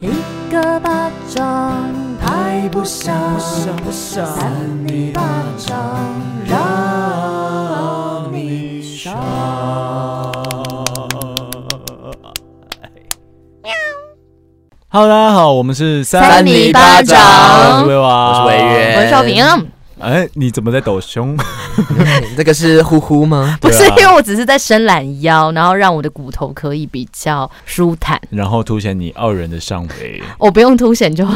一个巴掌拍不响，不想扇你巴掌让你伤。 Hello，大家好，我们是三里巴掌我是威娃，我是维。我是园，少平，啊哎，你怎么在抖胸？ 这个是呼呼吗？不是对啊因为我只是在伸懒腰，然后让我的骨头可以比较舒坦，然后凸显你傲人的上围。我不用凸显就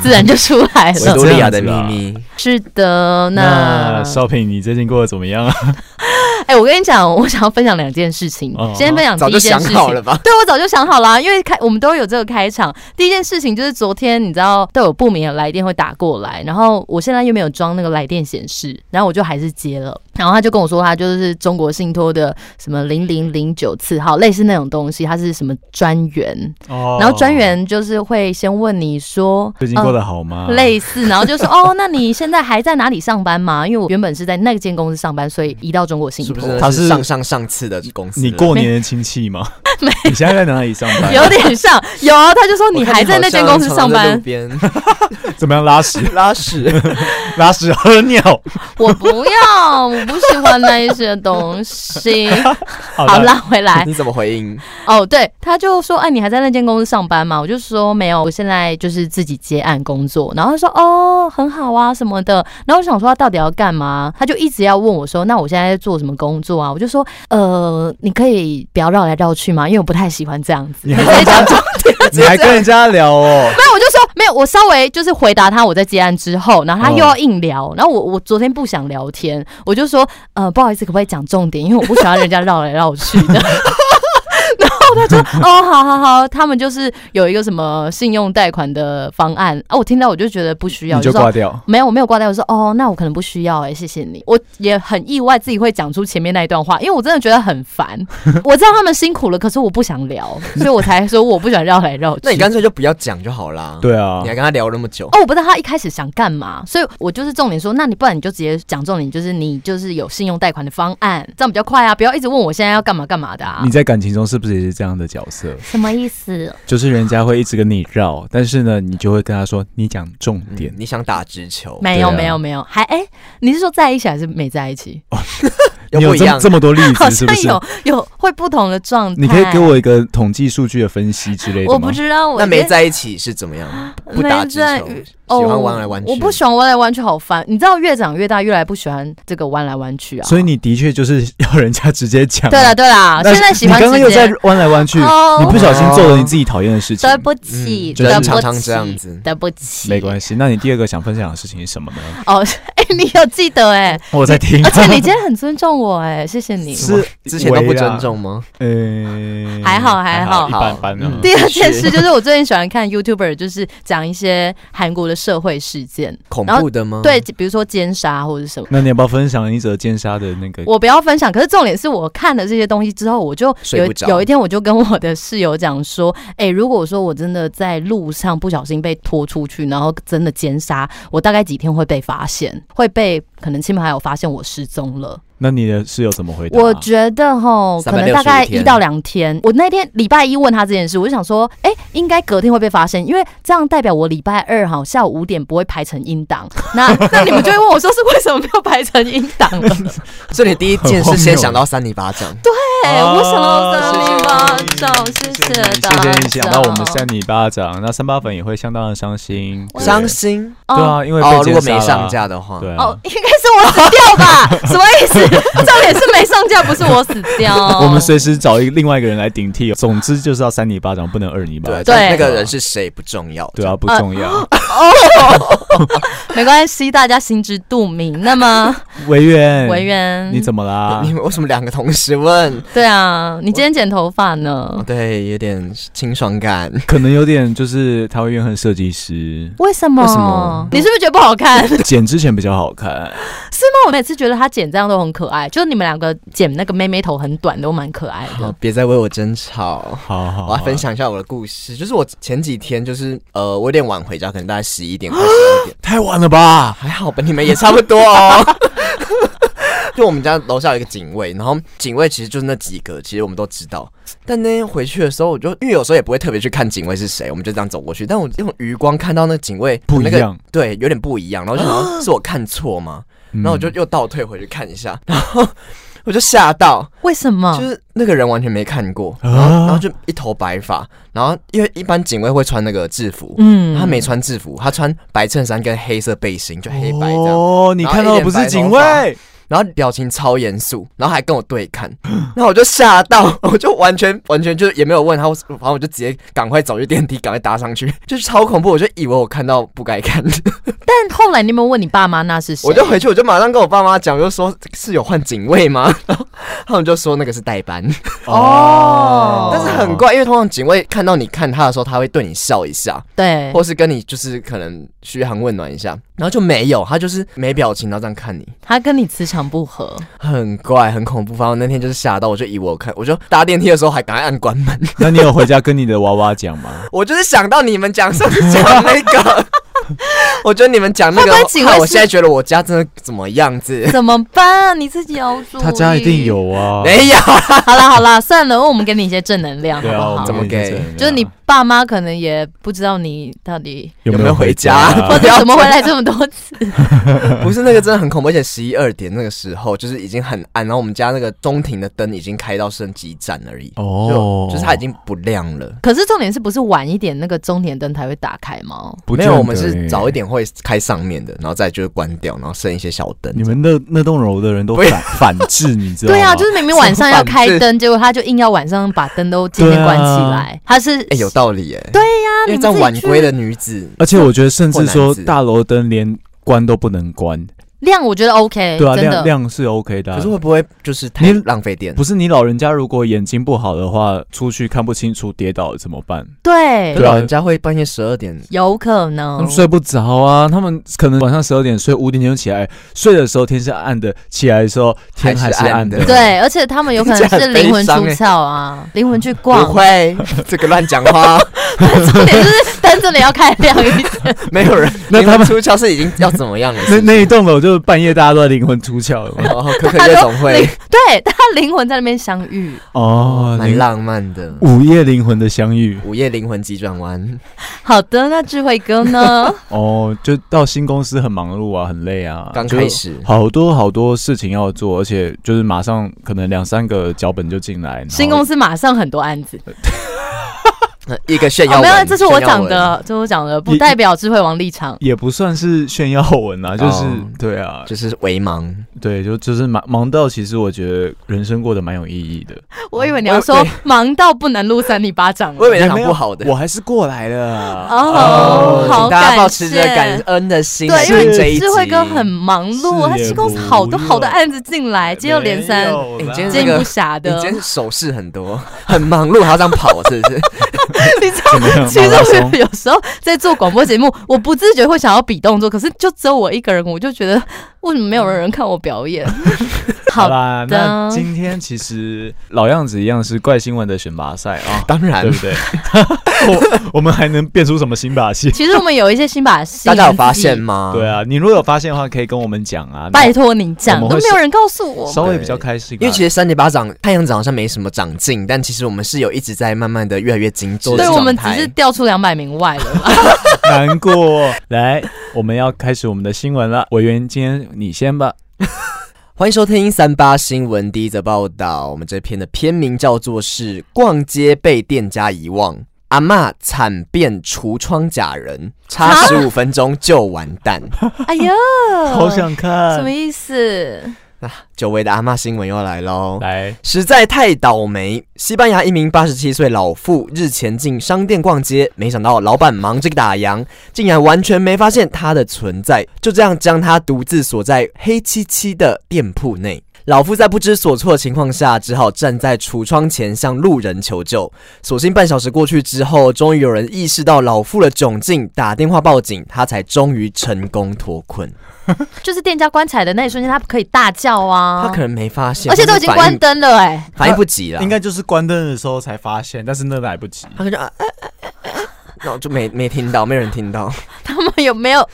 自然就出来 维了。多利亚的秘密，是的，啊那少平，你最近过得怎么样啊？哎、我跟你讲，我想要分享两件事情。哦先分享早第就一件想事情，好了吧？对，我早就想好了啊、因为开我们都有这个开场。第一件事情就是昨天，你知道都有不明的来电会打过来，然后我现在又没有装那个来电显示，然后我就还是接了。然后他就跟我说，他就是中国信托的什么零零零九次号，类似那种东西，他是什么专员，哦然后专员就是会先问你说最近过嗯得好哦吗？类似，然后就说哦，那你现在还在哪里上班吗？因为我原本是在那间公司上班，所以移到中国信是托。不是？他他是是上上上次的公司了，你过年的亲戚 吗？你现在在哪里上班？有点像，有啊，他就说 我看你还在那间公司好像上常常在班路，边怎么样？拉屎， 拉屎， 拉屎，喝 尿。我不要，我不喜欢那一些东西。好好了，拉回来你怎么回应？ 哦，对，他就说，哎，你还在那间公司上班吗？我就说没有，我现在就是自己接案工作。然后他说，哦，很好啊什么的。然后我想说他到底要干嘛？他就一直要问我说，那我现在在做什么工作啊？我就说，呃，你可以不要绕来绕去吗？因为我不太喜欢这样子。 你你在讲中你还跟人家聊哦？没有，我就说没有，我稍微就是回答他我在接案之后，然后他又要硬聊，然后我我昨天不想聊天，我就说呃不好意思，可不可以讲重点？因为我不喜欢人家绕来绕去 的。然后他说：“哦，好好好，他们就是有一个什么信用贷款的方案啊。”我听到我就觉得不需要，你就说挂掉。没有，我没有挂掉。我说哦，那我可能不需要哎、谢谢你。我也很意外自己会讲出前面那一段话，因为我真的觉得很烦。我知道他们辛苦了，可是我不想聊，所以我才说我不想绕来绕去。那你干脆就不要讲就好啦。，对啊嗯你，还跟他聊那么久，哦，我不知道他一开始想干嘛，所以我就是重点说，那你不然你就直接讲重点，就是你就是有信用贷款的方案，这样比较快啊，不要一直问我现在要干嘛干嘛的啊你。哦在感情中是不是也是这样的角色？什么意思？就是人家会一直跟你绕，但是呢，你就会跟他说你讲重点嗯。你想打直球，没有、对啊没有没有，还哎、你是说在一起还是没在一起？又你不有一这样么。这么多例好 子是像不是？有有会不同的状态。你可以给我一个统计数据的分析之类的吗？我不知道，我那没在。在一起是怎么样？不没打直在球，喜哦欢玩来玩去。我不喜欢弯来弯去，好烦。你知道，越长越大，越来不喜欢这个弯来弯去啊。所以你的确就是要人家直接讲啊。对了对了，那现在喜欢你刚刚直又接在弯来弯去，哦你不小心做了你自己讨厌的事情对。不起，嗯对人不起，常常这样子对不起，没关系，那你第二个想分享的事情是什么呢？ 哦， 哎、你有记得哎、 我在听 而。且你今天很尊重我哎、谢谢你。是之前都不尊，重吗？呃，还好还好一般般啊好嗯第二件事就是我最近喜欢看 YouTuber，就是讲一些韩国的社会事件，恐然后怖的吗？对，，比如说奸杀或者什么。那你要不要分享一则奸杀的那个？我不要分享，可是重点是我看了这些东西之后，我就有睡不着有一天我就跟我的室友讲说，哎、如果说我真的在路上不小心被拖出去，然后真的奸杀，我大概几天会被发现，会被可能亲朋好友发现我失踪了。那你的室友怎么回答？我觉得吼，可能大概365一天到两天。我那天礼拜一问他这件事，我就想说，哎、应该隔天会被发现，因为这样代表我礼拜二哈下午五点不会排成 音档。那那你们就会问我说，是为什么没有排成音档了？所以你第一件事先想到三里巴掌，对，哎我想到啊三里巴掌，谢谢大哦谢家。谢你想到我们扇你巴掌，那三八粉也会相当的伤心，对伤心对哦。啊，因为被哦。如果奸没杀上了架的话，对啊哦，，应该是我死 掉吧？什么意思？重点是没上架，不是我死 掉。哦我们随时找一个另外一个人来顶替。哦总之就是要扇你巴掌，不能二你巴对，掌。但那个人是谁不重要，对啊，，不重呃要。没关系，大家心知肚明。那 么维园，文，渊，哎你怎么啦 你？们为什么两个同时问？哦对啊，你今天剪头发呢？对，有点清爽感。可能有点就是他会怨恨设 计师，为什么？为什么你是不是觉得不好看？ 是吗？剪之前比较好看。我每次觉得他剪这样都很可爱，就是你们两个剪那个妹妹头很短，都蛮可爱 好的。，别再为我争吵。好好，我要分享。享一下我的故事，就是我前几天就是呃，我有点晚回家，可能大概十一点快十二点，太晚了吧？ 还好吧，你们也差不多哦。就我们家楼下有一个警卫，然后警卫其实就是那几个，其实我们都知道。但那天回去的时候，我就因为有时候也不会特别去看警卫是谁，我们就这样走过去。但我用余光看到那警卫不一那个样。对，有点不一样，然后 就想说啊是我看错吗？然然后我就又倒退回去看一下，然后 我就吓到，为什么？就是那个人完全没看过，嗯啊然后然后就一头白发，然后因为一般警卫会穿那个制服，嗯他没穿制服，他穿白衬衫跟黑色背心，就黑白这样，哦，你然后看一到的脸不是白警头发卫，然后表情超严肃，然后还跟我对看， 那我就吓到， 我就完全完全就也没有问他，我反正我就直接赶快走去电梯，赶快搭上去， 就是超恐怖，我就以为我看到不该看的。 但后来你有没有问你爸妈那是谁？我就回去，我就马上跟我爸妈讲，我就说是有换警卫吗？ 然后他们就说那个是代班，哦但是很怪，因为通常警卫看到你看他的时候，他会对你笑一下，对，或是跟你就是可能嘘寒问暖一下，然后就没有，他就是没表情，然后这样看你， 他跟你磁场不合，很怪，很恐怖。反正我那天就是吓到，我就以为我看，我就搭电梯的时候还赶快按关 门，那你有回家跟你的娃娃讲 吗？我就是想到你们讲上次讲那 个。我觉得你们讲那个会不会警卫，害是我现在觉得我家真的怎么样子？ 怎么办？你自己要注意。他家一定。有啊。哦没有， 好啦好啦，算了，我们给你一些正 能量，好对不啊，好？我们怎么也给是这样就是你爸妈可能也不知道你到底有有没有回家或啊者怎么回来这么多次， 不是那个真的很恐怖，而且十一二点那个时候就是已经很暗，然后我们家那个中庭的灯已经开到升级站而已， 哦就，就是它已经不亮了。可是重点是不是晚一点那个终点灯才会打开吗？不没见有，得我们是早一欸。点会开上面的，然后再就是关掉，然后剩一些小灯。你们那那栋楼的人都不是反反制，你知道吗？对啊，就是明明晚上要开什么灯，结果他就硬要晚上把灯都渐渐关起来。他是哎、有道理哎、对因呀，为你这样们晚自己归去的女子，而且我觉得，甚至或说男子大楼灯连关都不能关，亮，我觉得 OK，对啊，真亮的。亮是 OK 的啊、哎可是会不会就是太你浪费电？不是你老人家如果眼睛不好的话，出去看不清楚跌倒了怎么办？嗯对可啊是老啊人家会半夜十二点，有可他嗯能们。睡不着啊，他们可能晚上十二点睡，五点就起来，睡的时候天是暗的，起来的时候天还是暗的。还是暗的对，而且他们有可能是灵魂出窍啊，灵魂去哎不逛。会 这个乱讲话， 重点就是灯真的要开亮一点。没有人。那你他们出窍是已经要怎么样了？那那一栋楼就是半夜大家都在灵魂出 窍了嘛。哦， 可可夜总会灵对，他灵魂在那边相遇。哦，蛮灵浪漫的，午夜灵魂的相遇午夜灵魂急转弯。 好的，那智慧哥呢？哦，就到新公司很忙碌啊，很累啊，刚就开始好多好多事情要做，而且就是马上可能两三个脚本就进来。然后新公司马上很多案子。哎一个炫耀哦，文、没有，这是我炫耀讲文。的，这是我讲的，不你代表智慧王立场。也不算是炫耀文啊，就是、哦对啊，就是为盲，对，就就是忙忙到，其实我觉得人生过得蛮有意义的。我以为你要我说以为忙到不能录三里巴掌我以了。为他讲不好的我还是过来了。哦好请大家感抱持着谢感恩的心来对，因听这为一集。智慧哥很忙碌，是他也新公司不好多好多用案子进来，接二连三，你哎今天接这个不暇你的。今天手势很多，很忙碌，还要这样跑，是 不是？你知怎么道，样 其实马拉我松有时候在做广播节目，我不自觉会想要比动作，可是就只有我一个人，我就觉得为什么没有人看我表演？ 好好啦，的那今天其实老样子一样是怪新闻的选拔赛啊，当然对， 不对？我我们还能变出什么新把戏？其实我们有一些新把戏，大家有发现？吗？对，啊，你如果有发现的话，可以跟我们讲啊。拜托你讲，我都们会没有人告诉我。稍微比较开心啊，因为其实三点巴掌看样子好像没什么长进，但其实我们是有一直在慢慢的越来越精致的对我们只状态是调出两百名外了 啦，难过。来，我们要开始我们的新闻了。委员，今天你先吧。欢迎收听三八新闻第一则报道。我们这篇的篇名叫做是“逛街被店家遗忘，阿嬷惨变橱窗假人，差十五分钟就完蛋哎呀，好想看，什么意思？”。啊，久违的阿嬷新闻又来喽！来，实在太倒霉！西班牙一名八十七岁老妇日前进商店逛街，没想到老板忙着打烊，竟然完全没发现她的存在，就这样将她独自锁在黑漆漆的店铺内。老妇在不知所措的情况下，只好站在橱窗前向路人求救。所幸半小时过去之后，终于有人意识到老妇的窘境，打电话报警，她才终于成功脱困。就是店家关起来的那一瞬间，他可以大叫啊她，可能没发现，而且都已经关灯了，哎， 反应，反应不及了，应该就是关灯的时候才发现，但是那来不及。他可呃能就啊，啊啊啊啊然后就没没听到，没人听到，他们有没有？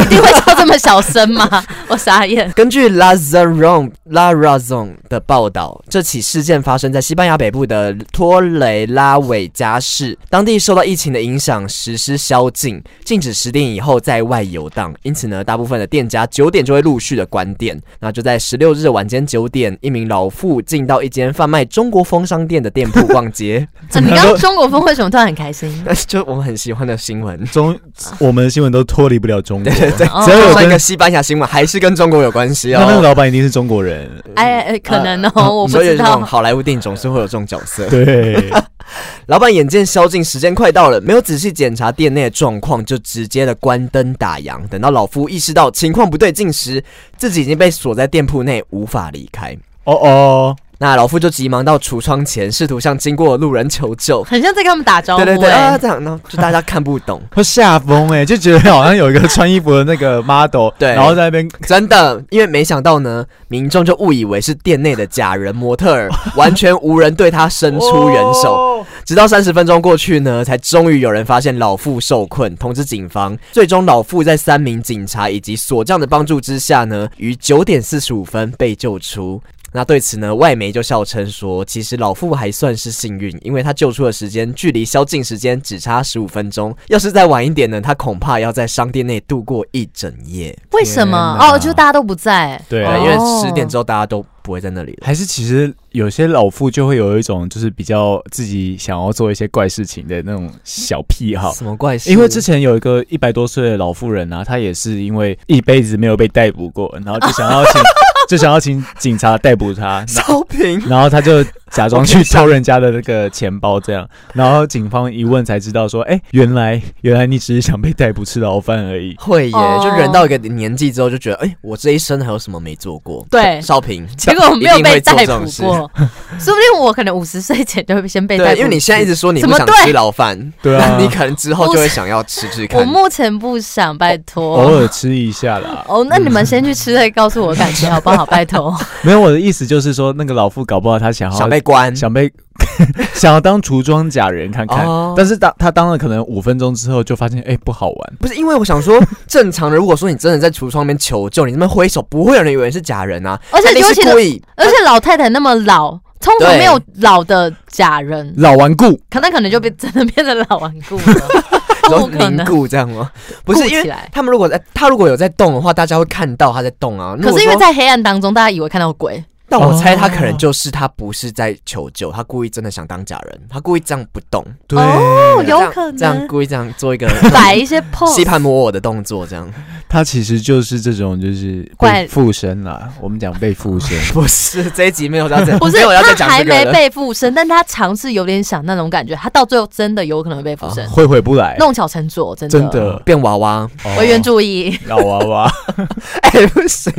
一定会叫这么小声吗？ 我傻眼。 根据 Lazaron La Razon 的报道，这起事件发生在西班牙北部的托雷拉韦加市，当地受到疫情的影响，实施宵禁，禁止十点以后在外游荡。因此呢，大部分的店家九点就会陆续的关店。那就在十六日晚间九点，一名老妇进到一间贩卖中国风商店的店铺逛街， 啊、你刚刚中国风为什么突然很开心？那就我们很喜欢的新闻。中我们的新闻都脱离不 了中国，哦只要有上一跟个西班牙新闻还是跟中国有关系那那个哦。老板一定是中国人，哎，哎可能哦，我呃不所以有知这种道。好莱坞电影总是会有这种角色。对，老板眼见宵禁时间快到了，没有仔细检查店内的状况，就直接的关灯打烊。等到老夫意识到情况不对劲时，自己已经被锁在店铺内，无法离开。哦哦，那老夫就急忙到橱窗前，试图向经过的路人求救。很像在跟他们打招呼、对哎，对对，啊，这样呢，就大家看不懂，会吓疯哎，就觉得好像有一个穿衣服的那个 model，对然后在那边真的，因为没想到呢，民众就误以为是店内的假人模特 儿，完全无人对他伸出援手。哦直到三十分钟过去呢，才终于有人发现老妇受困，通知警方。最终，老妇在三名警察以及锁匠的帮助之下呢，于九点四十五分被救出。那对此呢，外媒就笑称说，其实老妇还算是幸运，因为她救出的时间距离宵禁时间只差十五分钟，要是再晚一点呢，她恐怕要在商店内度过一整夜。为什么？天哪哦，就是大家都不在。对对，啊哦因为十点之后大家都不会在那里了。还是其实有些老妇就会有一种就是比较自己想要做一些怪事情的那种小癖好，什么怪事？因为之前有一个一百多岁的老妇人啊，她也是因为一辈子没有被逮捕过，然后就想要请就想要请警察逮捕她，烧瓶 然后她就假装去偷人家的那个钱包这样，然后警方一问才知道说，哎、原来原来你只是想被逮捕吃牢饭而已。会耶，哦就人到一个年纪之后，就觉得，哎、我这一生还有什么没做过？ 对少平， 结果没有一被逮定会做捕这种事 过，说不定我可能五十岁前就会先被逮对，捕。因为你现在一直说你不怎么想对吃牢饭，对啊那 你可能之后就会想要吃吃我看。目前不想，拜托。偶尔吃一下啦，哦，那你们先去吃再告诉我感觉好不好？拜 托。没有我的意思就是说，那个老妇搞不好她想要想被关，想被 想要当涂装假人看看，哦但是当她当了可能五分钟之后就发现，哎、不好玩，不是因为我想说， 正常人如果说你真的在橱窗里面求救，你那边挥手，不会有人以为是假人啊，而且你尤其是是故 意。而且老太太那么老，通常对没有老的假嗯人，老顽固。可那可能就变真的变成老顽固 了，然后不可凝能。固这样吗？不是固因起为来他们如果在，他如果有在动的话，大家会看到他在动啊。如可果是因为说，在黑暗当中，大家以为看到鬼，但我猜他哦可能就是他不是在求救，他故意真的想当假人，他故意这样不动。对，哦有这样可能哦这样故意这样做一个摆一些吸 pose。盘摩我的动作，这 样他其实就是这种，就是怪被附身啦。我们讲被附身，不是这一集没有要再不是没有要再他讲还这个没了被附身，但他尝试有点想那种感觉，他到最后真的有可能会被附哦身，会回不来，弄巧成拙，真的。真的。变娃 娃，委员注意，老娃娃， 哎、不 行。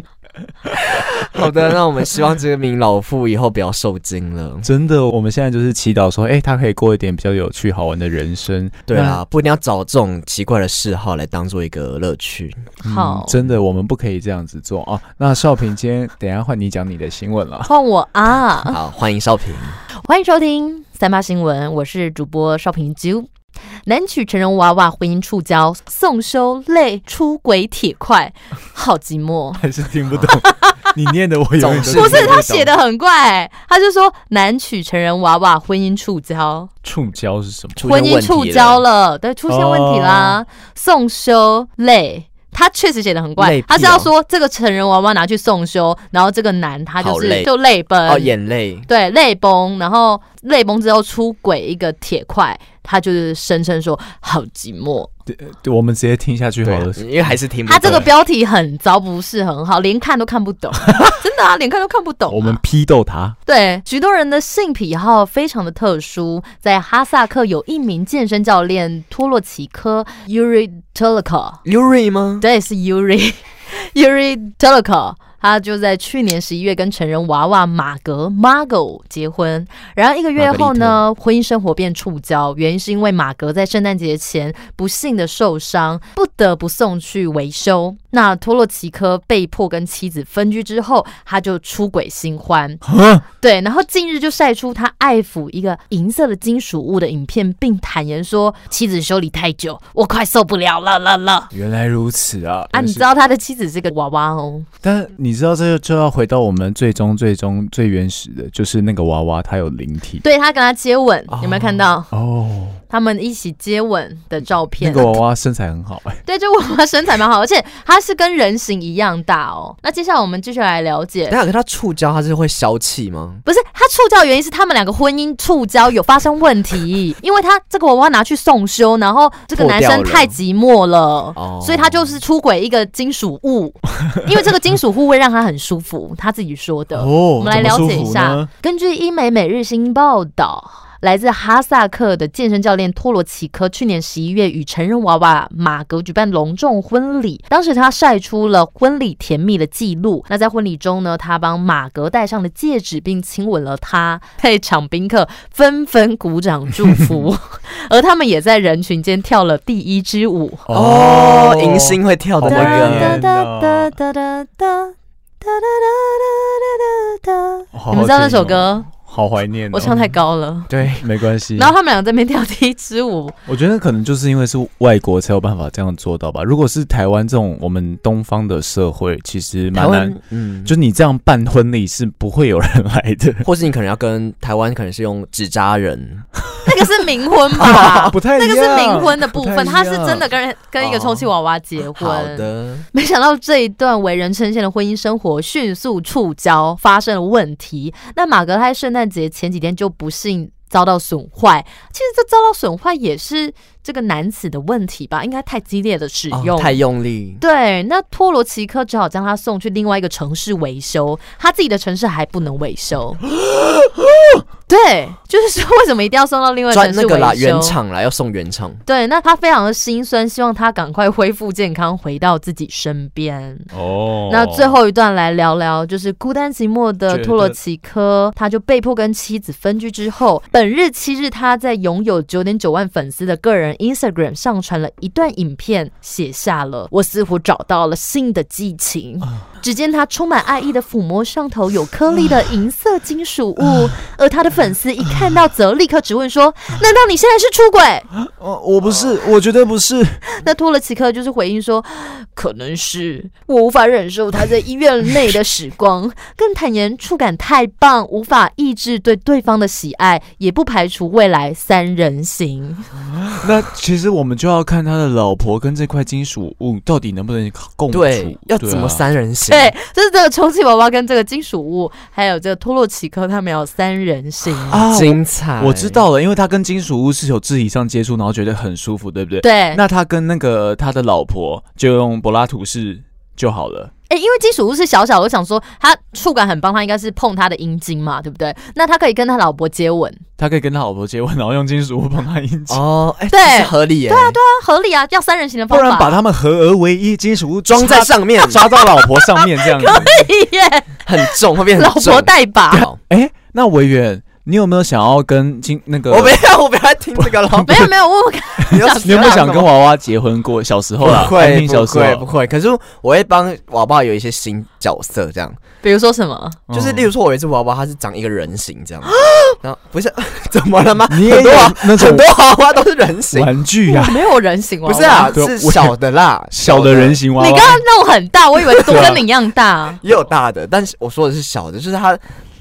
好的，那我们希望这名老妇以后不要受惊了。真的，我们现在就是祈祷说，哎、他可以过一点比较有趣好玩的人生。对啊，嗯不一定要找这种奇怪的嗜好来当做一个乐趣。那，嗯，好真的，我们不可以这样子做啊。那少平，今天等一下换你讲你的新 闻了。换我啊！好，欢迎少平。欢迎收听三八新闻，我是主播邵平啾。男曲成人娃娃婚姻触礁，送修累出轨铁块，好寂寞。还是听不懂， 你念的我 永远总都是不是听他懂写的很怪、他就说男曲成人娃娃婚姻触礁，触礁是什么？出现婚姻问题哦触礁了，对，出现问题啦，送修累。他确实写的很怪累，屁哦他是要说这个成人娃娃拿去送修，然后这个男他就好是累就泪奔，哦，眼泪。对，泪崩，然后泪崩之后出轨一个铁块，他就是声称说好寂寞。对，我们直接听下去好对了。，因为还是嗯听不他这个懂标题很糟，不是很好，连看都看 不懂，真的啊，连看都看不懂啊、我们批斗他，对许多人的性癖好非常的特殊，在哈萨克有一名健身教练托洛奇科 Yuri t o l i k o Yuri 吗？ 对，是 Yuri Yuri t e l i k o 他就在去年十一月跟成人娃娃马格 Margo 结婚，然后一个月后呢，婚姻生活便触礁，原因是因为马格在圣诞节前不幸的受伤，不得不送去维修。那托洛奇科被迫跟妻子分居之后，他就出轨新欢，啊，对，然后近日就晒出他爱抚一个银色的金属物的影片，并坦言说妻子修理太久，我快受不了了了了。原来如此啊！啊，你知道他的妻子是个娃娃哦，但你知道这就就要回到我们最终最终最原始的，就是那个娃娃，它有灵体对他跟他接吻，有没有看到哦。他们一起接吻的照那片？个娃娃身材很好哎、对，就娃娃身材蛮好，而且他是跟人形一样大哦。那接下来我们继续来了解等一，下，可是他触礁，他是会消气吗？不是他触礁的原因是他们两个婚姻触礁有发生 问题，因为他这个娃娃拿去送修，然后这个男生破掉了太寂寞了。哦所以他就是出轨一个金属物，因为这个金属物会让他很舒服，他自己说的。哦我们来了解一下。，根据英美《每日新闻》报道，来自哈萨克的健身教练托罗奇科去年十一月与成人娃娃马格举办隆重婚礼，当时他晒出了婚礼甜蜜的记录。那在婚礼中呢，他帮马格戴上了戒指，并亲吻了他。在场宾客纷纷鼓掌祝福，而他们也在人群间跳了第一支舞。 哦，迎新会跳的好那美个啊耶你们知道那首？歌？哦好怀念、哦，我唱太高了。对，没关系。然后他们俩在那边跳第一支舞，我觉得可能就是因为是外国才有办法这样做到吧。如果是台湾这种我们东方的社会，其实台蛮难湾，，嗯，就你这样办婚礼是不会有人来的。或是你可能要跟台湾可能是用纸扎人，那个是冥婚 吧？不太啊那一个样是冥婚的部分，不他太一样是真的跟人跟一个充气娃娃结哦好婚。的，没想到这一段为人称羡的婚姻生活迅速触礁，发生了问题。那马格他在圣诞节前几天就不幸遭到损坏，其实这遭到损坏也是这个男子的问题吧？应该太激烈的使哦用，太用力，对，那托罗奇科只好将他送去另外一个城市维修，他自己的城市还不能 维修。对，就是说为什么一定要送到另外一个专城市那维修？个啦，原厂啦，要送原厂。对，那他非常的心酸，希望他赶快恢复健康，回到自己身边。哦那最后一段来聊聊，就是孤单寂寞的托洛奇科，他就被迫跟妻子分居之后，本日七日，他在拥有九点九万粉丝的个人 Instagram 上传了一段影片，写下了“我似乎找到了新的激情”。只见他充满爱意的抚摸上头有颗粒的银色金属物，而他的粉丝一看到则立刻质问说：“难道你现在是出轨？”哦，我不是，我绝对不是。那托勒奇克就是回应说，可能是我无法忍受他在医院内的时光，更坦言触感太棒，无法抑制对对方的喜爱，也不排除未来三人行。 那其实我们就要看他的老婆跟这块金属物到底能不能共处，对，要怎么 对啊三人行？对，就是这个充气娃娃跟这个金属物，还有这个托洛奇克，他们有三人行。啊？我精彩，我知。道了，因为他跟金属物是有肢体上接触，然后觉得很舒服，对不对？对，那他跟那个他的老婆就用柏拉图式就好了。哎、因为金属物是小小的，我想说它触感很棒，他应该是碰他的阴茎嘛，对不对？那他可以跟他老婆接吻，啊他可以跟他老婆接吻，然后用金属物帮他阴茎，哦，哎，对这是合理耶，对啊，对啊，那合理啊，要三人行 的不方法。然把他们合而为一，金属物装 在插上面抓到老婆上面这样子。 耶，很重，会变老很重。婆带把。好哎、那维远，你有没有想要跟金那个？我不要，我不要再听这个了。 没有没有，我我你啊要你有没有想跟娃娃结婚过？小时不候啦，安会平小不时会不候，啊会，可是我会帮娃娃有一些新角色，这样比如说什么？就是，嗯例如说，我有一只娃娃，它是长一个人形 这样，然后不是 怎么了吗？ 你也很多有娃那很种多娃娃都是人形，玩具我 啊， 没有人形娃不娃，是啊，对是我小的啦，。小的人形娃你刚娃。刚弄很大，我以为多跟你一样大也有大的，但是我说的是小的，就是它。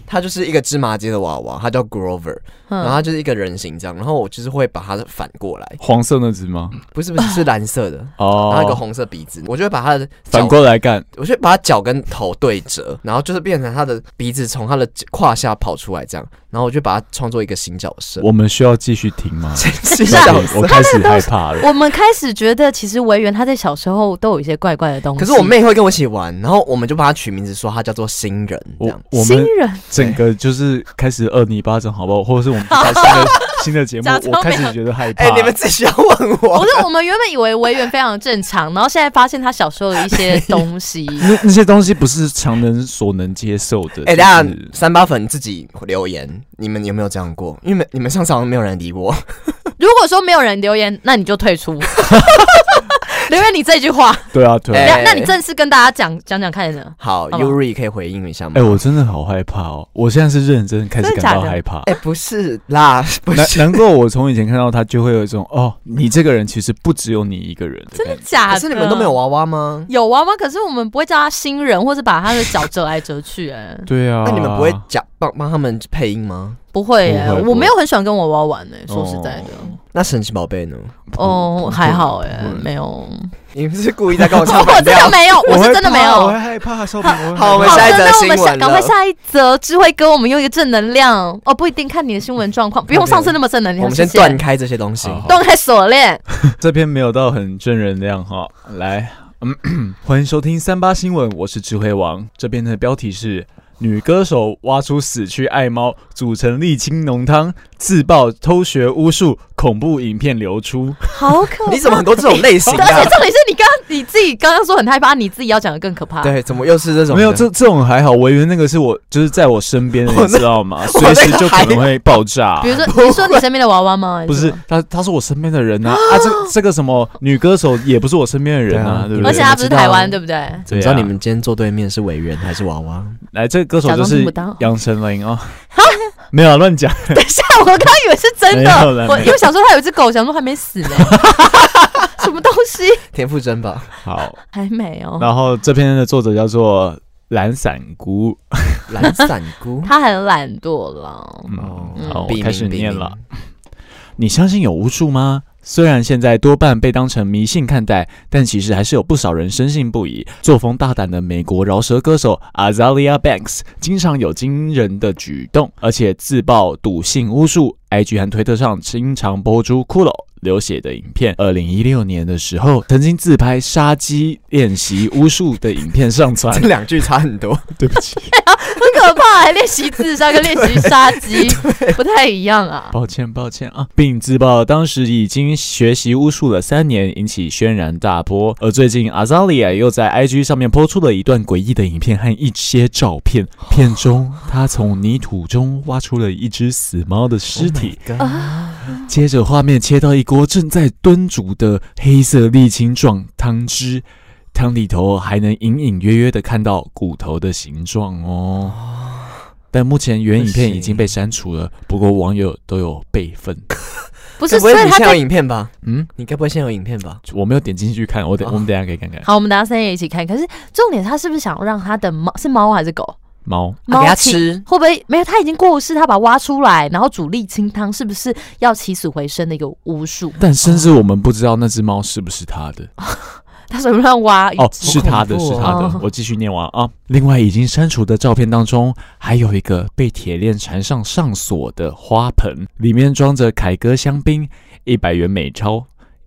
它就是一个芝麻街的娃娃，它叫 Grover，然后嗯，它就是一个人形这样，然后我就是会把它反过来，黄色那只吗？不是不是是蓝色的，然后一个哦，红色鼻子，我就会把它的脚反过来干，我就把他脚跟头对折，然后就是变成他的鼻子从他的胯下跑出来这样，然后我就把它创作一个新角色。我们需要继续听吗？ 新是啊角对色，我开始害怕了。我们开始觉得其实维园他在小时候都有一些怪怪的东西。可是我妹会跟我一起玩，然后我们就把它取名字说它叫做新人这我样。我新们人，整个就是开始二泥巴掌，好不好？或者是我们开新的 新的节目假，装我开没始有觉得害怕。哎、你们自己要问不我，是我们原本以为维园非常正常，然后现在发现他小时候有一些东 西。那那些东西不是常人所能接受的。哎、就等一是下三八粉自己留言，你们有没有这样过？因为没你们上次好像没有人理我， 如果说没有人留言，那你就退出。刘月，你这句话，对啊，对啊。那哎那你正式跟大家讲讲讲看呢？ 好吧，Yuri 可以回应一下吗？哎、我真的好害怕哦！我现在是认真开始真的感到假的害怕。哎、不是啦， 不难是，难怪我从以前看到他，就会有一种哦，你这个人其实不只有你一个人的真感的觉。假可的？是你们都没有娃娃吗？有娃娃，可是我们不会叫他新人，或是把他的脚折来折去、哎，对啊，那你们不会假帮帮他们配音吗？不会、哎不会不会我没有很喜欢跟娃娃玩、哎，说实在的，那神奇宝贝呢？哦，还好、哎不会，没有，你们是故意在跟我 唱我反真调的？没有，我是真的没有我。会害怕， 少平。会好我们害怕下一的，则那我们新闻下赶快了下一则智慧哥，我们用一个正能量哦，不一定看你的新闻状况，不用上次那么正能量。我们先谢谢断开这些东西。好好断开锁链，这篇没有到很正能量哈，来，嗯， 欢迎收听三八新闻，我是智慧王。这篇的标题是“女歌手挖出死去爱猫，煮成沥青浓汤，自曝偷学巫术，恐怖影片流出好可 怕！你怎么很多这种类型 对而且啊？重点是你刚刚你自己刚刚说很害怕，你自己要讲的更可怕。对，怎么又是这”。种的？没有这这种还好，我以为那个是我就是在我身边的，我你那知道吗？我那随个时就可能会爆炸比。如说你说你身边的娃娃吗？还不是什么，他，他是我身边的人呐、啊。啊，这这个什么女歌手也不是我身边的人啊，对啊对不对？而且他不是我知道台啊湾，对不对？怎么知道你们今天坐对面是委员还是娃娃？来，这个歌手假就装听是不到杨丞琳哦， 没有啊乱讲。 等一下，我刚刚以为是真没有啦的，我没有因为想说他有一只狗，想说还没死 呢，什么东西田馥甄吧，好，还没有。。然后这篇的作者叫做懒散菇， 懒散菇他很懒惰了，嗯，哦好，笔我名开始笔念名了。你相信有巫术吗？虽然现在多半被当成迷信看待，但其实还是有不少人深信不疑。作风大胆的美国饶舌歌手 Azalea Banks 经常有惊人的举动，而且自曝笃信巫术。IG 和推特上经常播出骷髅流血的影片。二零一六年的时候，曾经自拍杀鸡练习巫术的影片上传。这两句差很多， 对不起，很可怕，还练习自杀跟练习杀 鸡不太一样啊。抱歉，抱歉啊，并自曝当时已经学习巫术了三年，引起轩然大波。而最近 Azalia 又在 IG 上面播出了一段诡异的影片和一些照片，片中她从泥土中挖出了一只死猫的尸体，Oh 哦 接着画面切到一锅正在炖煮的黑色沥青状汤汁。汤里头还能隐隐约约的看到骨头的形状哦。但目前原影片已经被删除了，不过网友都有备份。不不是，不所以会你他现在有在。影片吧？嗯，你该不会现在有影片吧？我没有点进去看，我等、哦我们等一下可以看看好，我们大家三也一起看。可是重点，他是不是想让他的猫是猫还是狗？猫。啊猫给他请吃，会不会没有？他已经过世，他把它挖出来，然后煮沥青汤，是不是要起死回生的一个巫术？但甚至我们不知道那只猫是不是他的他随便乱挖一哦，是他啊好的，恐是怖哦他的哦。我继续念完啊。另外，已经删除的照片当中，还有一个被铁链缠上上锁的花盆，里面装着凯歌香槟、一百元美钞、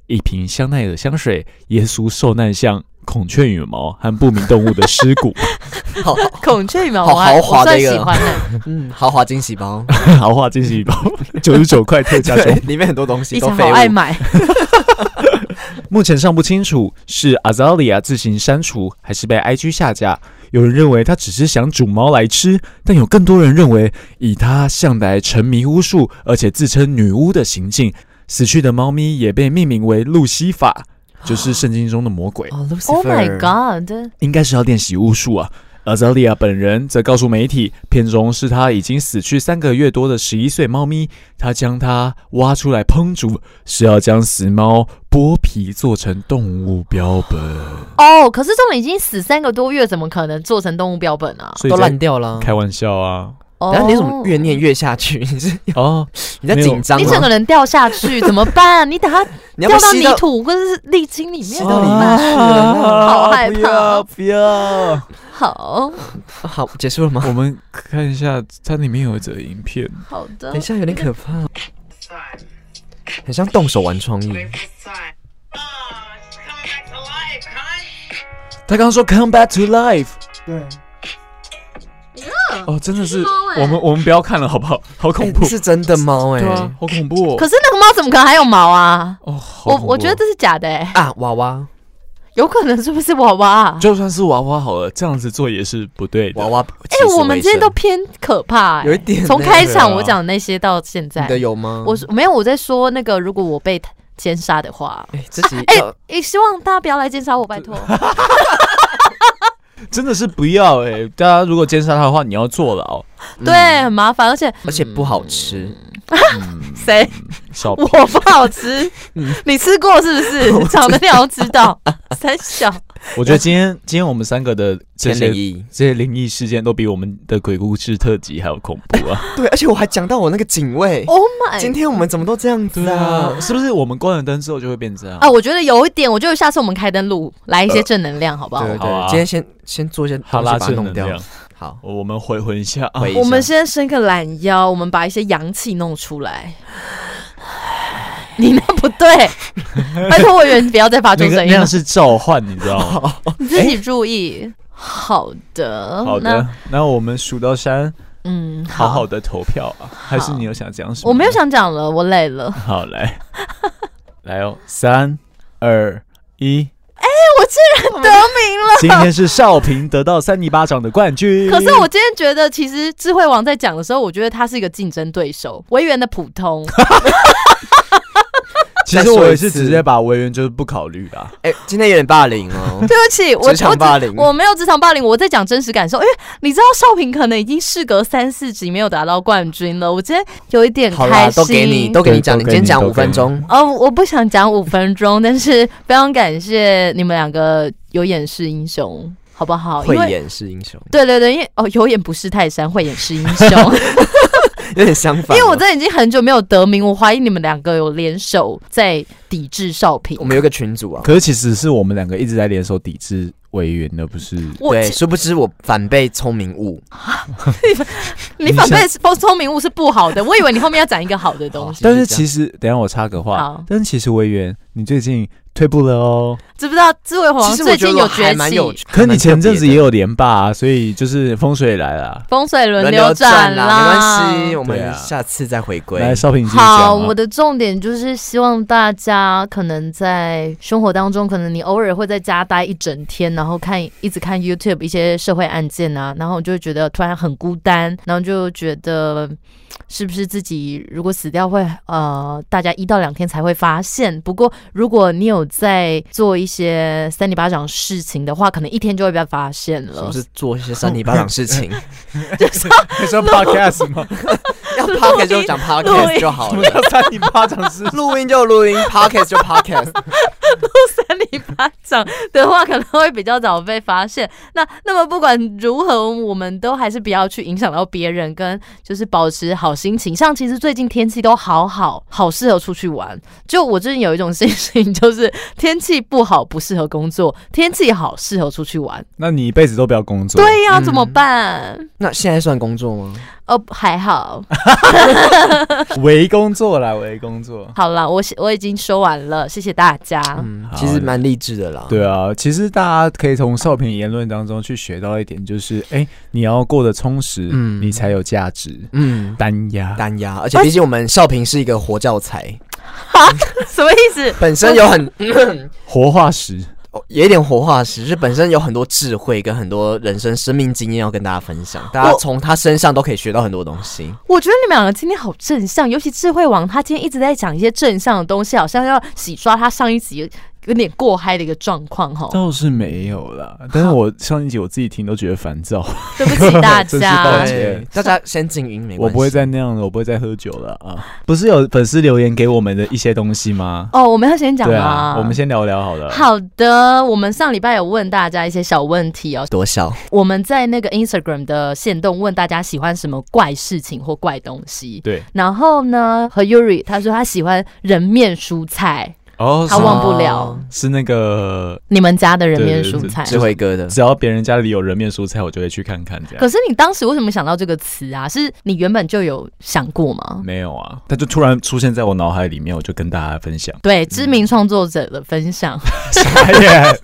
一瓶香奈儿香水、耶稣受难像、孔雀羽毛和不明动物的尸骨。 好， 孔雀羽毛，哦好我还豪华我算的一个喜欢的、 嗯，豪华惊喜 包，豪华 惊喜包，九十九块特价对中。，里面很多东西以都前废好爱物。买， 目前尚不清楚是 Azalia 自行删除，还是被 IG 下架。有人认为他只是想煮猫来吃，但有更多人认为，以他向来沉迷巫术，而且自称女巫的行径，死去的猫咪也被命名为路西法，就是圣经中的魔鬼。哦 Oh my ，Lucifer god！应该是要练习巫术啊。阿泽利亚本人则告诉媒体，片中是他已经死去三个月多的十一岁猫咪，他将它挖出来烹煮，是要将死猫剥皮做成动物标本，哦可是这种已经死三个多月，怎么可能做成动物标本啊？所以都在烂掉了。开玩笑啊！哦然后你怎么越念越下去？ 你是哦，你在没有紧张你整吗个？人掉下去怎么办？你等下 你要不掉要到吸泥到土或者是沥青里吸面到怎里么面办？去了啊好害不怕要不要！好好，结束了吗？我们看一下，它里面有一则影片，好的等一，下，有点可怕，很像动手玩创意。他刚刚说 “come back to life”，对，哦，真的是欸我们我们不要看了好不好？好恐怖欸，是真的猫哎对啊，好恐怖哦！可是那个猫怎么可能还有毛啊？哦，好我恐我怖觉得哦这是假的、欸，啊，娃娃有可能是不是娃 娃、啊？就算是娃娃好了，这样子做也是不对的。娃娃。哎、我们今天都偏可怕、欸，有一点从欸开对场啊我讲的那些到现在你的，有吗？我说没有我在说那个，如果我被尖沙的话，哎、这集哎、要也希望大家不要来尖沙我，拜托。真的是不要哎、大家如果奸杀他的话，你要坐 牢。对，很麻烦，而且而且不好吃，谁嗯小 我不 好吃，你吃过是不是？长得你要知道，三小我觉得今天今天我们三个的这千些零一。这些灵异事件都比我们的鬼故事特辑还要恐怖 啊！对，而且我还讲到我那个警卫。 ，Oh my！今天我们怎么都这样子啊？是不是我们关了灯之后就会变这样？啊，我觉得有一点，我觉得下次我们开灯录来一些正能量，好不好？对好啊对，今天先先做一些好东西把啦，它正弄能掉。量，好， 我们哦回魂一下啊！回一下我们先伸个懒腰，我们把一些阳气弄出来。 你那不 对，拜托委员不要再发出那个那声音样哦了，是召唤，你知道吗？你自己注意。好的，好的那，嗯那我们数到三，嗯，好好的投票啊！还是你有想讲什么？我没有。想讲了，我累了。 好，来，来哦，三二一，哎得名了。今天是少平得到三泥巴掌的 冠军。可是我今天觉得，其实智慧王在讲的时候，我觉得他是一个竞争对手，维园的普 通。，其实我也是直接把维园就是不考虑啦。哎、今天有点霸凌哦对不起，我职场霸凌我只我没有职场霸凌，我在讲真实感受。因为你知道，少平可能已经事隔三四集没有达到冠军了，我今天有一点好开啦，心。都给你，都给你讲，对你都今给天你讲五分钟，哦，我不想讲五分钟，但是非常感谢你们两个有眼是英雄，好不好？慧因为眼是英雄，对对对，因为哦，有眼不识泰山，慧眼识英 雄。有点相因反哦。为我真的已经很久没有得名，我怀疑你们两个有联手在抵制少平我。们有一个群主啊，可是其实是我们两个一直在联手抵制维园的，不是？我对，殊不知我反被聪明误。你反被聪聪明误是不好的，我以为你后面要讲一个好的东哦西，但是其实，等一下我插个话好，但是其实维园你最近退步了哦，知不知道？智慧其皇实最我觉近得我崛还蛮啊有起，，可是你前阵子也有有连霸、啊，所以就是风水来了。啊风水轮轮流转转啦，没关系，我对啊们下次再回归。来，少平继续讲啊 好，我的重点就是希望大家可能在生活当中，可能你偶尔会在家待一整天，然后看一直看 YouTube 一些社会案件啊，然后我就会觉得突然很孤单，然后就觉得是不是自己如果死掉会呃，大家一到两天才会发现。不过如果你有在做一些三里巴掌事情的话，可能一天就会被发现是了不。是做一些三泥巴掌事 情？你说 podcast 吗？ 要 podcast 就讲 podcast 就好什么了，叫三你巴掌是？录音就录音，podcast 就 podcast。三里巴掌的话，可能会比较早被发现。那那么不管如何，我们都还是不要去影响到别人，跟就是保持好心情。像其实最近天气都好好，好适合出去玩。就我最近有一种心情，就是天气不好不适合工作，天气好适合出去玩。那你一辈子都不要工作。对呀、嗯怎么办？ 那现在算工作吗？哦，还好， 对，为工作啦，为工作。好了，我我已经说完了，谢谢大家。嗯好，其实蛮励志的啦。对啊，其实大家可以从少平言论当中去学到一点，就是哎、你要过得充实，嗯你才有价值。嗯，单压，单压，而且毕竟我们少平是一个活教材， 什么意思？本身有很活化石。哦有一点活化石，就是本身有很多智慧跟很多人生生命经验要跟大家分享，大家哦从他身上都可以学到很多东西。我觉得你们两个今天好正向，尤其智慧王他今天一直在讲一些正向的东西，好像要洗刷他上一集有点过嗨的一个状况 哦哈。倒是没有啦，但是我上一集我自己听都觉得烦躁，对不起大真是抱家歉，对，大家先静 音，没关系。哦我不会再那样了，我不会再喝酒了啊！不是有粉丝留言给我们的一些东西吗？哦，我们要先讲对吗、啊，我们先聊聊好了。好的，我们上礼拜有问大家一些小问题哦，多笑，我们在那个 Instagram 的线动问大家喜欢什么怪事情或怪东西。对，然后呢，和 Yuri 他说他喜欢人面蔬菜，哦，他是忘不了是那个，你们家的人面对对蔬对菜。智慧哥的，只要别人家里有人面蔬菜，我就会去看看这样。可是你当时为什么想到这个词啊？是你原本就有想过吗？。没有啊，他就突然出现在我脑海里面，我就跟大家分享 对，知名创作者的分享， 傻眼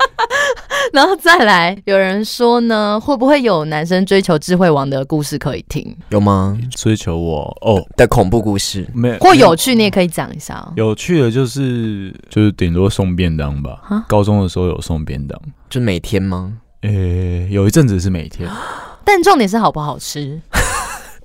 然后再来，有人说呢，会不会有男生追求智慧王的故事可以听，有吗？追求我哦，的恐怖故事，没有或有趣，你也可以讲一下哦。有趣的就是就是顶多送便当吧啊。高中的时候有送便当，就每天吗？ 呃、有一阵子是每天。但重点是好不好吃？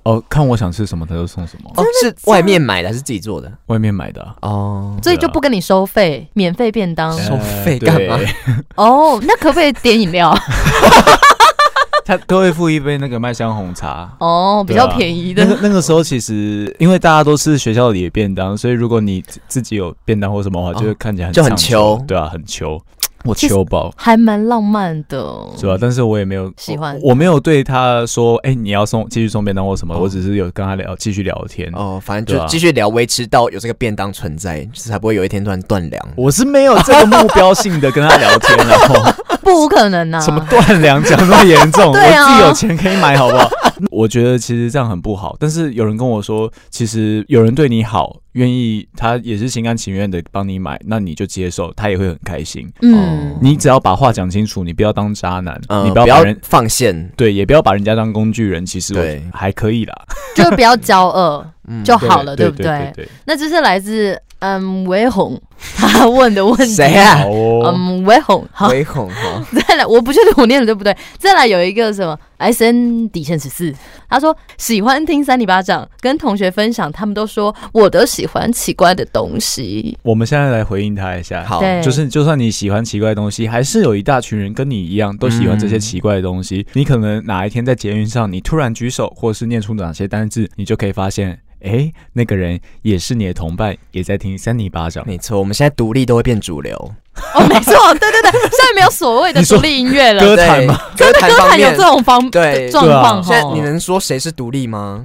哦，看我想吃什么他就送什么，哦，是外面买的还是自己做的？外面买的啊、哦，所以就不跟你收费，免哦费便当收费呃干嘛？对哦。那可不可以点饮料？ 他都会付一杯那个麦香红茶。哦，比对啊较便宜那的个那个时候，其实因为大家都吃学校里的便当，所以如果你自自己有便当或什哦么的话，就会看起来很就很上穷手对啊，很穷，我其实穷爆。还蛮浪漫的。是吧？但是我也没有喜欢我，我没有对他说，哎、你要送继续送便当或什么，哦我只是有跟他聊，继续聊天。哦，反正对就啊继续聊，维持到有这个便当存在，就是才不会有一天突然断粮。我是没有这个目标性的跟他聊天，然后不可能 啊呐、什么断粮讲那么严重， 对啊我自己有钱可以买，好不 好？我觉得其实这样很不好。但是有人跟我说，其实有人对你好，愿意他也是心甘情愿的帮你买，那你就接受，他也会很开心。嗯，你只要把话讲清楚，你不要当渣男，嗯，你不不要把要人放线，对，也不要把人家当工具人。其实对我还可以啦，就不要骄傲嗯就好了， 对不对对对。那这是来自嗯韦红 他问的问题。谁啊 好？哦，嗯，韦红好，唯恐哈，再来，我不确定我念的对不对。再来有一个什么 S N 底线十四，他说喜欢听三里巴掌，跟同学分享，他们都说我都喜欢奇怪的东西。我们现在来回应他一下。好，对就是就算你喜欢奇怪的东西，还是有一大群人跟你一样都喜欢这些奇怪的东嗯西。你可能哪一天在捷运上，你突然举手，或是念出哪些单字，你就可以发现，哎，那个人也是你的同伴，也在听三尼巴掌。啊没错，我们现在独立都会变主流， 哦，没错，对对对，现在没有所谓的你说独立音乐了歌，对坛吗？歌坛歌方坛有面这，种方对啊状况哦现在你哈。能说谁是独立吗？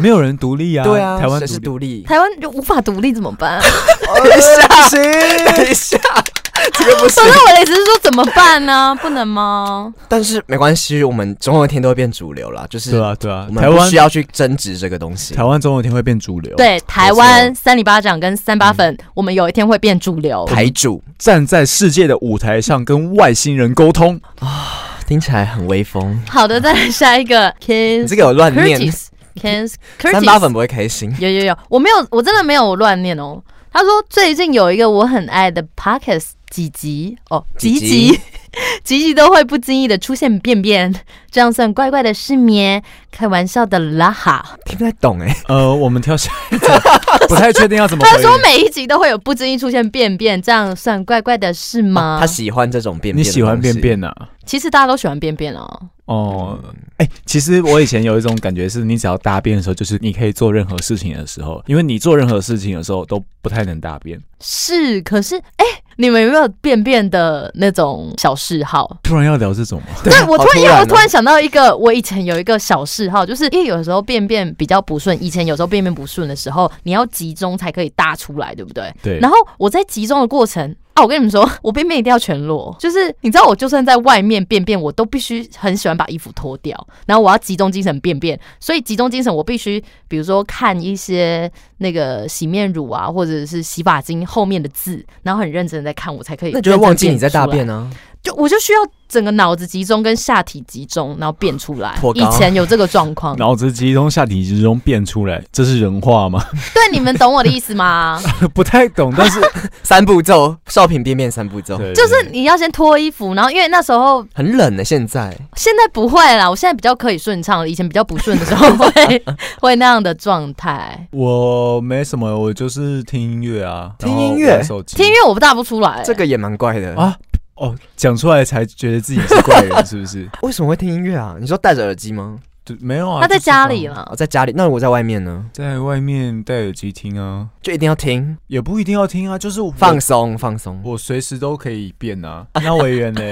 没有人独立啊，对啊，台湾谁是独独立。立？台湾就无法独立怎么办？等一下，等一下， 这个不是所以。 我的意思是说怎么办呢？不能吗？但是没关系，我们总有一天都会变主流啦，就是对啊，对啊我，们台不湾需要去争执这个东西台。湾总有一天会变主流。，对，台湾三里巴掌跟三八粉，我们有一天会变主流。台主站在世界的舞台上跟外星人沟通。听起来很威风，好的，再来下一个你 Kiss 这个有乱念， Curtis。Kiss 三八 Curtis 粉不会开心。有有有，我没有，我真的没有乱念哦。他说最近有一个我很爱的 Pockets 几集哦，几几集集 几集都会不经意的出现便便，这样算怪怪的是咩？开玩笑的啦哈。听不太懂哎、呃，我们跳下 一个，不太确定要怎么他回说每一集都会有不经意出现便便，这样算怪怪的是吗？哦他喜欢这种便便，你喜欢啊便？便呐、其实大家都喜欢便便哦。哦，哎、其实我以前有一种感觉，是你只要大便的时候，就是你可以做任何事情的时候，因为你做任何事情的时候都不太能大便。是，可是哎、你们有没有便便的那种小嗜好？突然要聊这种吗？啊对，我好突然，突因为然我哦突然想到一个，我以前有一个小嗜好，就是因为有时候便便比较不顺，以前有时候便便不顺的时候，你要集中才可以大出来，对不对？对，然后我在集中的过程啊，我跟你们说， 我便便一定要全裸，就是你知道，我就算在外面便便，我都必须很喜欢把衣服脱掉，然后我要集中精神便便，所以集中精神我必须，比如说看一些那个洗面乳啊，或者是洗发精后面的字，然后很认真的在看，我才可以。那你就会忘记你在大便。啊。就我就需要整个脑子集中跟下体集中，然后变出来脱。以肛前有这个 状况，脑子集中，下体集中变出来，这是人话吗？ 对你们懂我的意思吗？ 不太懂，但是三步骤，少平便便三步骤，对就是你要先脱衣服，然后因为那时候很冷的、现在现在不会啦，我现在比较可以顺畅了，以前比较不顺的时候会 会那样的状态。我没什么，我就是听音乐啊，听然后音乐玩手机听音乐我不大不出来、这个也蛮怪的啊。哦，讲出来才觉得自己是怪人，是不 是？为什么会听音乐啊？你说戴着耳机吗？就没有啊，他在家里了，了哦，，在家里。那我在外面呢，在外面戴耳机听啊，就一定要听，也不一定要听啊，就是我放松放松。我我随时都可以变 啊。那委员呢？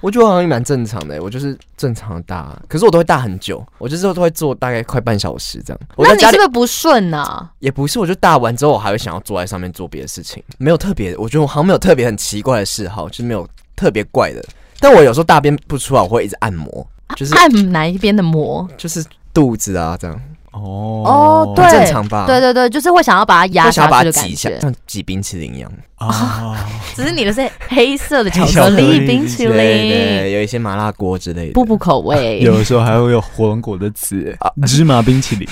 我觉得我好像也蛮正常的，我就是正常的大，可是我都会大很久，我就是都会坐大概快半小时这样。我那在你家是里不是不顺啊？也不是，我就大完之后我还会想要坐在上面做别的事情，没有特别，我觉得我好像没有特别很奇怪的嗜好，就是没有特别怪的。但我有时候大便不出来，我会一直按摩，啊就是按哪一边的膜？就是肚子啊这样，哦哦对很正常吧？对对对，就是会想要把它压啊就想要下把去它的感挤一下，觉。像挤冰淇淋一样。啊， 只是你的是黑色的巧 黑克巧克力力冰对淇淋，对，有一些麻辣锅之类的。布布口 味。有的时候还会有火龙果的籽、哦芝麻冰淇淋。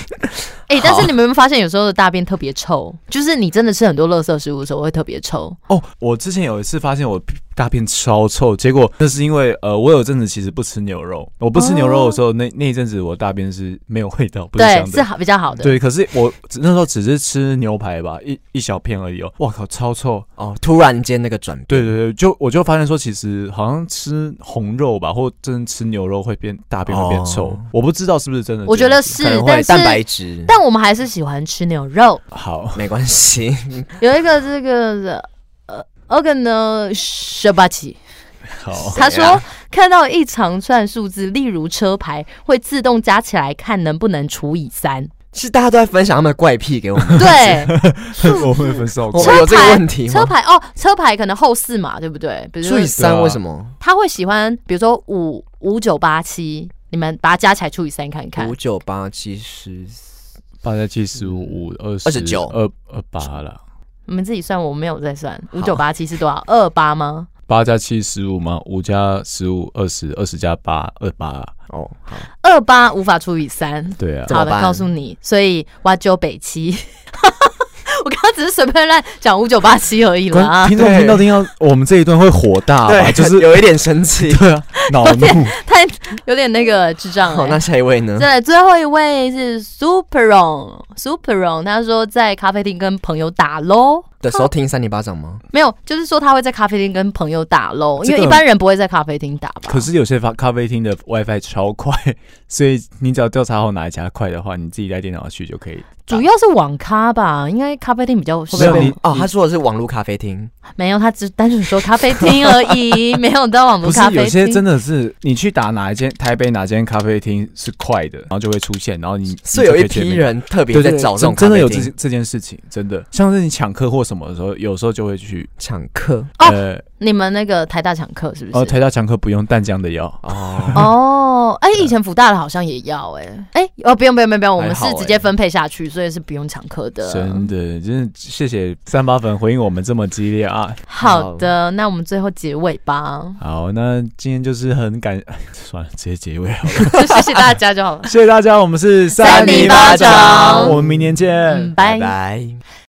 哎、但是你们有没有发现有时候的大便特别臭？就是你真的吃很多垃圾食物的时候会特别臭。哦，我之前有一次发现我大便超臭，结果那是因为呃，我有阵子其实不吃牛肉，我不吃牛肉的时候，那那一阵子我大便是没有味道，不是对，香是的。好比较好的。对，可是我只那时候只是吃牛排吧，一一小片而已哦。哇靠，超臭！哦，突然间那个转变，对对对，就我就发现说，其实好像吃红肉吧，或真的吃牛肉会变大便会变臭，哦我不知道是不是真的这样子。我觉得是可能但会是蛋白质，但我们还是喜欢吃牛肉。好，没关系。有一个这个呃 o r g a n 舍巴奇，啊好，他说看到一长串数字，例如车牌，会自动加起来看能不能除 以三。是大家都在分享他们的怪癖给我们，对，我会分手。我车们牌有这个问题车吗？牌哦，车牌可能后四嘛，对不对？比如除以说三对啊为什么？他会喜欢，比如说五五九八七，你们把它加起来除以三看看五。九八七十八加七十五，二十29二二八了。你们自己算，我没有在算。五九八七是多少？二八吗？八加七十五吗？五加十五二十，二十加八二八。哦，好，二八无法除以三。对啊，怎么好的，办告诉你，所以挖九北七。 我刚刚只是随便乱讲五九八七而已啦观，听众对听到听到我们这一段会火大吧？对，就是有一点生气。 对啊，恼怒。 太有点那个智障好，了、那下一位呢？ 再来最后一位是 Superon Superon，他说在咖啡厅跟朋友打喽，的时候听三零巴掌吗？没有，就是说他会在咖啡厅跟朋友打喽，因这为个一般人不会在咖啡厅打吧？可是有些咖咖啡厅的 WiFi 超快，所以你只要调查好哪一家快的话，你自己带电脑去就可以。主要是网咖吧，应该咖啡厅比较会少没有不会你被哦，你他说的是网络咖啡厅，没有，他只单纯说咖啡厅而 已，没有到网络不是咖啡厅。有些真的是你去打哪一间台北哪间咖啡厅是快的，然后就会出现，然后你是有你一就批可以去那边人特别对在对找这种真真的有咖这啡厅这件事情，真的像是你抢客或什么的时候，有时候就会去抢客哦呃你们那个台大抢课是不是？哦，台大强客不用淡江的药， 哦。哦，哎、以前福大的好像也要哎、哎、哦，不用不用不用不用，我们是还好直接分配下去，所以是不用抢课啊的。真的，真的谢谢三八粉回应我们这么激烈啊！好的，那我们最后结尾吧， 好，那今天就是很感， 算了，直接结尾好了。就谢谢大家就好了。谢谢大家，我们是三零零八八掌我们明年见。嗯，拜。拜。